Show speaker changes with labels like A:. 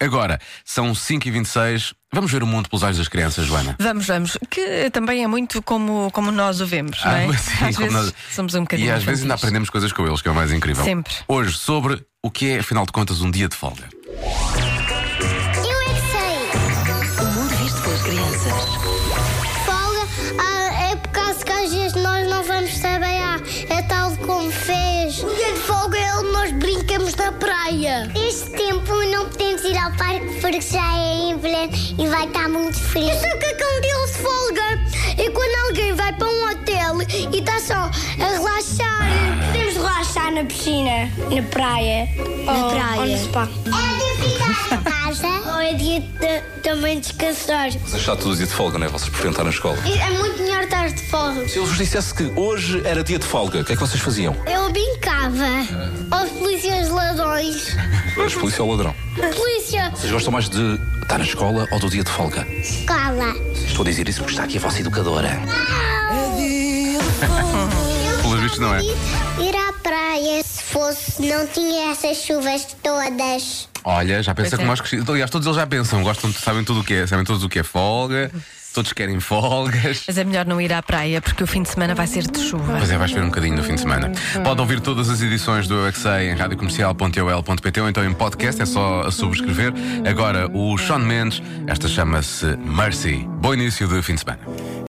A: Agora, são 5h26. Vamos ver o mundo pelos olhos das crianças, Joana.
B: Vamos, vamos. Que também é muito como, como nós o vemos, não é?
A: Ah, sim,
B: às
A: como
B: vezes
A: nós-
B: somos um bocadinho
A: E às vezes ainda
B: infantis.
A: aprendemos coisas com eles, que é o mais incrível.
B: Sempre.
A: Hoje, sobre o que é, afinal de contas, um dia de folga.
C: Eu é que sei.
D: O mundo visto pelas crianças.
C: Folga ah, é por causa que às vezes nós não vamos trabalhar. É tal como fez. O dia de folga é onde nós brincamos na praia. Este tempo não podemos ir ao parque porque já é inverno e vai estar muito frio. Eu sei o que é que é um dia de folga. É quando alguém vai para um hotel e está só a relaxar. Podemos relaxar na piscina, na praia. Ah. Na praia. Ou no spa. É de ficar em casa. Ou é dia de também descansar.
E: Vocês já todo o dia de folga, não é? Vocês podiam estar na escola.
C: É muito melhor estar de folga.
E: Se eu vos dissesse que hoje era dia de folga, o que é que vocês faziam? É.
C: Eu brincava aos polícias ladrões.
E: Os polícia ou ladrão?
C: Polícia,
E: Vocês gostam mais de estar na escola ou do dia de folga?
C: escola.
E: Estou a dizer isso porque está aqui a vossa educadora.
A: Pelos vistos, não é?
C: Ir à praia, se fosse, não tinha essas chuvas todas.
A: Olha, já pensa
B: Pois é.
A: como nós crescidos. Aliás, todos eles já pensam, gostam, de- sabem tudo o que é, sabem todos o que é folga, todos querem folgas.
B: Mas é melhor não ir à praia porque o fim de semana vai ser de chuva.
A: Pois é, vais ver um bocadinho no fim de semana. Pode ouvir todas as edições do Eu é Que Sei em radiocomercial.ol.pt ou então em podcast, é só subscrever. Agora, o Sean Mendes, esta chama-se Mercy. Bom início de fim de semana.